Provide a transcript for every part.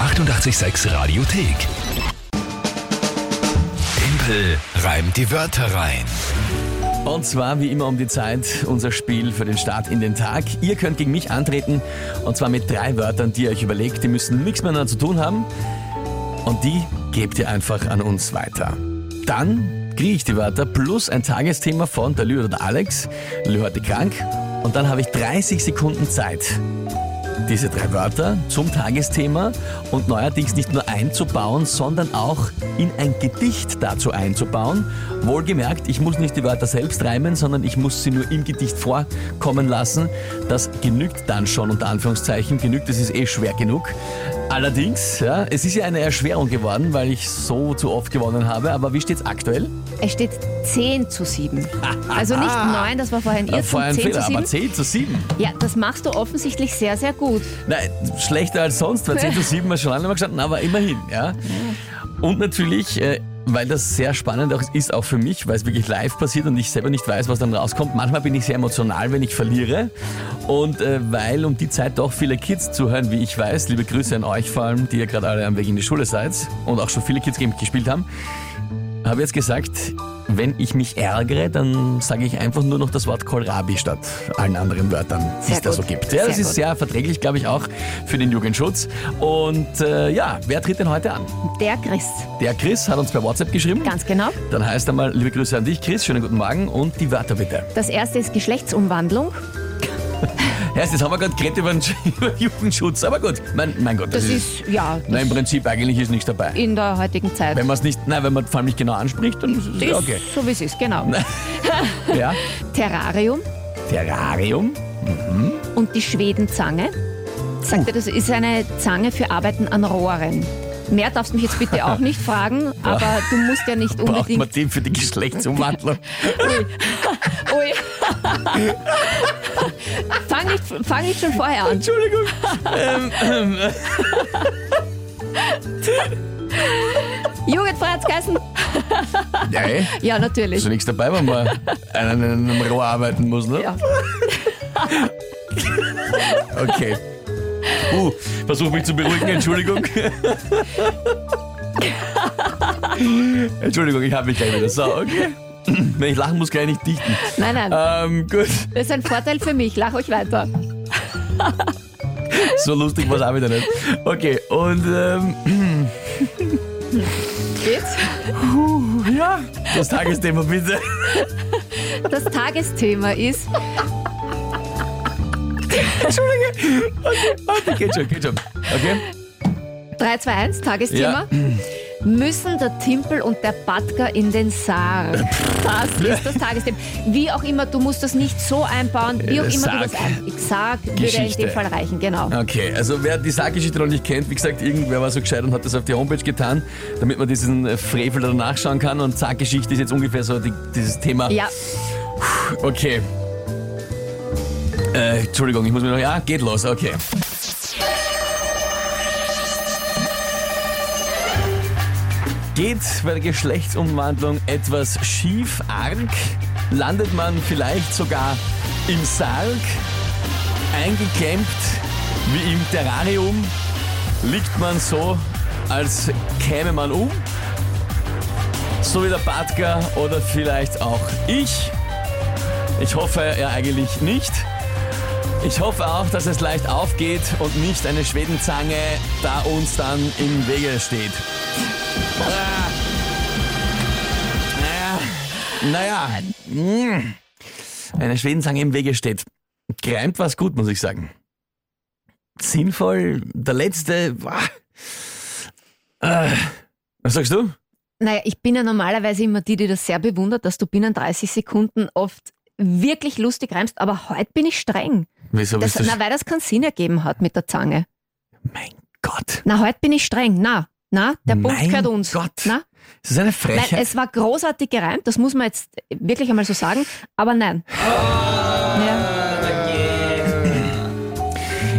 886 Radiothek. Tempel reimt die Wörter rein. Und zwar wie immer um die Zeit unser Spiel für den Start in den Tag. Ihr könnt gegen mich antreten und zwar mit drei Wörtern, die ihr euch überlegt. Die müssen nichts miteinander zu tun haben und die gebt ihr einfach an uns weiter. Dann kriege ich die Wörter plus ein Tagesthema von der Lü oder der Alex. Lü heute krank und dann habe ich 30 Sekunden Zeit, diese drei Wörter zum Tagesthema und neuerdings nicht nur einzubauen, sondern auch in ein Gedicht dazu einzubauen. Wohlgemerkt, ich muss nicht die Wörter selbst reimen, sondern ich muss sie nur im Gedicht vorkommen lassen. Das genügt dann schon, unter Anführungszeichen. Genügt, das ist eh schwer genug. Allerdings, ja, es ist ja eine Erschwerung geworden, weil ich so zu oft gewonnen habe. Aber wie steht's aktuell? Es steht 10 zu 7. Also nicht 9, das war vorhin ihr, Vor einem 10 Äh, Fehler, zu aber 7. 10 zu 7. Ja, das machst du offensichtlich sehr, sehr gut. Nein, schlechter als sonst, weil 10 zu 7 ist schon lange nicht mehr gestanden, aber immerhin, ja. Und natürlich, äh, weil das sehr spannend auch ist, auch für mich, weil es wirklich live passiert und ich selber nicht weiß, was dann rauskommt. Manchmal bin ich sehr emotional, wenn ich verliere. Und äh, weil um die Zeit doch viele Kids zuhören, wie ich weiß, liebe Grüße an euch vor allem, die ihr gerade alle am Weg in die Schule seid und auch schon viele Kids gegen mich gespielt haben, habe jetzt gesagt, wenn ich mich ärgere, dann sage ich einfach nur noch das Wort Kohlrabi statt allen anderen Wörtern, die Sehr es da so gut. gibt. Ja, das Sehr ist gut. sehr verträglich, glaube ich, auch für den Jugendschutz. Und äh, ja, wer tritt denn heute an? Der Chris, Der Chris hat uns per WhatsApp geschrieben. ganz genau. Dann heißt einmal, liebe Grüße an dich, Chris, schönen guten Morgen und die Wörter bitte. Das erste ist Geschlechtsumwandlung. Heißt, jetzt haben wir gerade geredet über den über Jugendschutz, aber gut. Mein, mein Gott, das, Das ist, ja, na, das im Prinzip eigentlich ist nichts dabei. in der heutigen Zeit. Wenn man es nicht, nein, wenn man vor allem nicht genau anspricht, dann ist es Ist ja okay. So wie es ist, genau. Ja. Terrarium Terrarium, und die Schwedenzange. Oh. Sagt er, das ist eine Zange für Arbeiten an Rohren. Mehr darfst du mich jetzt bitte auch nicht fragen, aber du musst ja nicht braucht man unbedingt. den für die Geschlechtsumwandlung? Ui. Oh fang, nicht, fang nicht schon vorher an. Entschuldigung. ähm, ähm, Jugendfreiheit Geißen. nein. eh. Ja, Ist natürlich. ja nichts dabei, wenn man einen in einem Rohr arbeiten muss, ne? Ja. Okay. Uh, versuch mich zu beruhigen, Entschuldigung. Entschuldigung, ich habe mich gleich wieder. So, okay. Wenn ich lachen muss, kann ich nicht dichten. Nein, nein. Ähm, gut. Das ist ein Vorteil für mich. Lach euch weiter. So lustig war es auch wieder nicht. Okay, und ähm, Geht's? ja, das Tagesthema bitte. Das Tagesthema ist Okay, geht schon, geht schon. Okay? 321 Tagesthema. Müssen der Timpel und der Batka in den Saar? Das ist das Tagesthema. Wie auch immer, du musst das nicht so einbauen, wie auch immer du das Äh, Sarg. ein. Ich sag, würde in Geschichte. dem Fall reichen, genau. Okay, also wer die Saargeschichte noch nicht kennt, wie gesagt, irgendwer war so gescheit und hat das auf die Homepage getan, damit man diesen äh, Frevel da nachschauen kann. Und Saargeschichte ist jetzt ungefähr so die, dieses Thema. Ja, Okay. Äh, Entschuldigung, ich muss mir noch. Ja, geht los, okay. Geht bei der Geschlechtsumwandlung etwas schief, arg? Landet man vielleicht sogar im Sarg? Eingeklemmt wie im Terrarium? Liegt man so, als käme man um? So wie der Batka oder vielleicht auch ich? Ich hoffe ja eigentlich nicht. Ich hoffe auch, dass es leicht aufgeht und nicht eine Schwedenzange da uns dann im Wege steht. Ah. Ah. Naja, mm. eine Schwedenzange im Wege steht. Greimt was gut, muss ich sagen. Sinnvoll, der letzte. ah. Ah. Was sagst du? naja, ich bin ja normalerweise immer die, die das sehr bewundert, dass du binnen 30 Sekunden oft wirklich lustig reimst, aber heute bin ich streng. Wieso Das, bist du? na, weil das keinen Sinn ergeben hat mit der Zange. mein Gott. Na, heute bin ich streng. Na, na, der Punkt Mein gehört uns. Gott. Na? Das ist eine Nein, Frechheit. es war großartig gereimt, das muss man jetzt wirklich einmal so Ah. sagen, aber nein. Ja.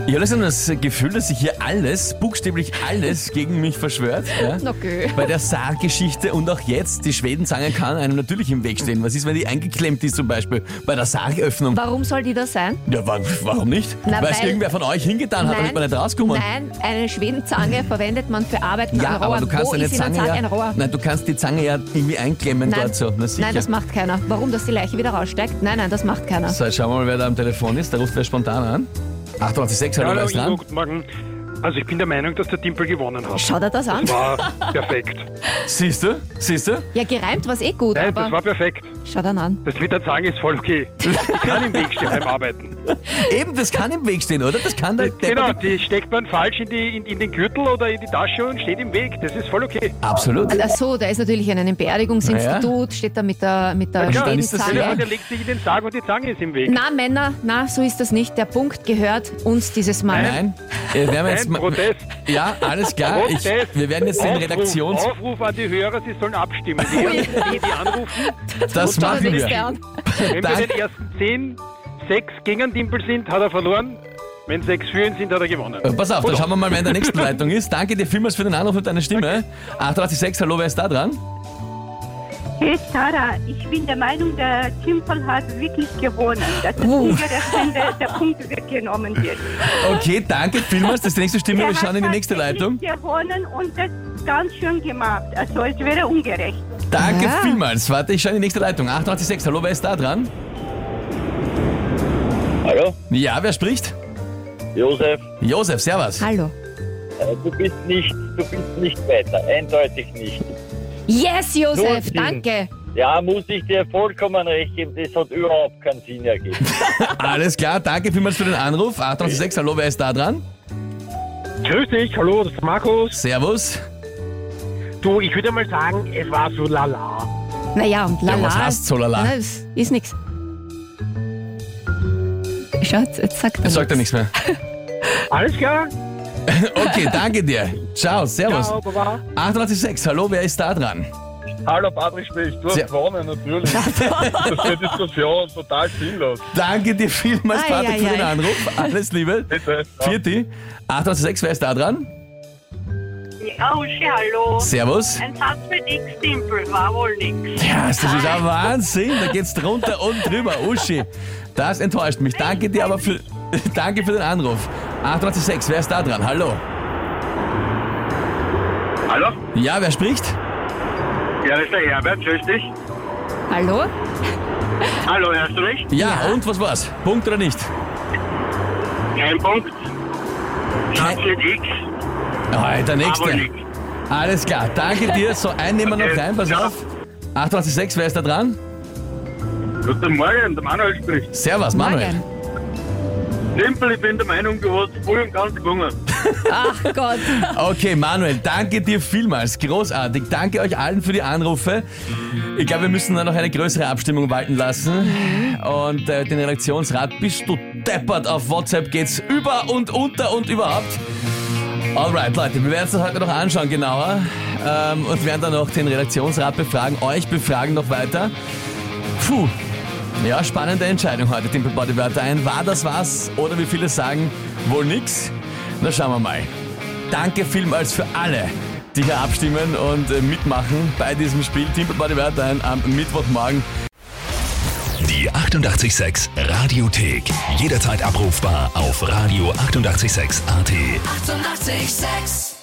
Ich habe langsam das Gefühl, dass sich hier alles, buchstäblich alles, gegen mich verschwört. Ja? Okay. Bei der Saar-Geschichte und auch jetzt, die Schwedenzange kann einem natürlich im Weg stehen. Was ist, wenn die eingeklemmt ist zum Beispiel bei der Saaröffnung? Warum soll die da sein? Ja, wa- warum nicht? Na, weil es weil- irgendwer von euch hingetan hat, damit man nicht rauskommt. nein, eine Schwedenzange verwendet man für Arbeiten Ja, an Rohren. aber du kannst Wo deine ist in der Zange, Zange ein ja, Rohr? nein, du kannst die Zange ja irgendwie einklemmen Nein. dort so. Na sicher. nein, das macht keiner. Warum, dass die Leiche wieder raussteigt? Nein, nein, das macht keiner. so, jetzt schauen wir mal, wer da am Telefon ist. Da ruft wer spontan an. 886, hallo, Hallo, wer ist Ingo, dran? guten Morgen. Also ich bin der Meinung, dass der Timpel gewonnen hat. Schau dir das an. War perfekt. Siehst du? Siehst du? Ja, gereimt war es eh gut, Nein, das aber war perfekt. schau dir an. Das mit der Zange ist voll okay. Ich kann im Weg stehen beim Arbeiten. Eben, das kann im Weg stehen, oder? Das kann der Genau, die steckt man falsch in, die, in, in den Gürtel oder in die Tasche und steht im Weg. Das ist voll okay. Absolut. Ach so, der ist natürlich in einem Beerdigungsinstitut, steht da mit der, mit der Ja, Also genau, dann ist das Ja, Zange. der, Schwedenzange. der legt sich in den Sarg und die Zange ist im Weg. Na, Männer, na, so ist das nicht. Der Punkt gehört uns dieses Mal. Nein, äh, werden wir jetzt Ein ma- Protest. Ja, alles klar. Ich, Protest. wir werden jetzt den Aufruf, Redaktions... Aufruf an die Hörer, sie sollen abstimmen. Die, ersten, die, die anrufen, Das Schau dir machen das wir. an. wenn bei Danke. den ersten zehn sechs gegen einen Timpel sind, hat er verloren. Wenn sechs für ihn sind, hat er gewonnen. Äh, Pass auf, dann Oder? schauen wir mal, wer in der nächsten Leitung ist. Danke dir vielmals für den Anruf und deine Stimme. 886, hallo, wer ist da dran? Hey Sarah, ich bin der Meinung, der Timpel hat wirklich gewonnen. Das ist Uh. ungerecht, wenn der, der Punkt weggenommen wird. Okay, danke vielmals. Das ist die nächste Stimme. Der Wir schauen in die hat nächste wirklich Leitung. gewonnen und das ganz schön gemacht. Also es wäre ungerecht. Danke Ja. vielmals. Warte, ich schaue in die nächste Leitung. 886, hallo, wer ist da dran? Hallo, Ja, wer spricht? Ah Josef, Josef, servus. Hallo. äh, du bist nicht, du bist nicht weiter, eindeutig nicht. Yes, Josef, Null danke. Ja, muss ich dir vollkommen recht geben, das hat überhaupt keinen Sinn ergeben. Alles klar, danke vielmals für den Anruf. 886, hallo, wer ist da dran? Grüß dich, hallo, das ist Markus. Servus. Du, ich würde mal sagen, es war so lala. Naja, und lala. Ja, was heißt so lala? Na, das Ist nix. Schaut, jetzt sagt er Jetzt sagt er nichts nichts. mehr. Alles klar? Okay, danke dir. Ciao, servus. Ciao, Baba. 886, hallo, wer ist da dran? Hallo Patrick Specht, du hast Sehr- gewonnen, natürlich. Das ist eine Diskussion, total sinnlos. Danke dir vielmals, Ei, Patrick, ei, für den ei. Anruf. Alles Liebe. Bitte. Vierti. 886, wer ist da dran? Ja, Uschi, hallo. Servus. Ein Satz mit x Timpel war wohl nichts. Ja, das ist ein Wahnsinn. Da geht's drunter und drüber. Uschi, das enttäuscht mich. Danke dir aber für, danke für den Anruf. 886, wer ist da dran? Hallo. Hallo? Ja, wer spricht? Ja, das ist der Herbert, grüß dich. Hallo? Hallo, hörst du mich? Ja, und was war's? Punkt oder nicht? Kein Punkt. Kein- mit X, Oh, der aber nächste. nichts. Alles klar. Danke dir. So, einen nehmen wir noch Okay, rein. Pass ja. auf. 886, wer ist da dran? Guten Morgen, der Manuel spricht. Servus, Manuel. Morgen. Simpel, ich bin der Meinung, du hast voll und ganz gewonnen. Ach Gott. Okay, Manuel, danke dir vielmals. Großartig. Danke euch allen für die Anrufe. Ich glaube, wir müssen da noch eine größere Abstimmung walten lassen. Und äh, den Redaktionsrat, bist du deppert? Auf WhatsApp geht's über und unter und überhaupt. Alright, Leute, wir werden es heute noch anschauen genauer ähm, und werden dann noch den Redaktionsrat befragen, euch befragen noch weiter. Puh, ja, spannende Entscheidung heute, Dimple Body Wörter ein. War das was oder wie viele sagen, wohl nix? Na, schauen wir mal. Danke vielmals für alle, die hier abstimmen und äh, mitmachen bei diesem Spiel. Dimple Body Wörter ein am Mittwochmorgen. Die 886 Radiothek. Jederzeit abrufbar auf radio886.at. 886! 886. 886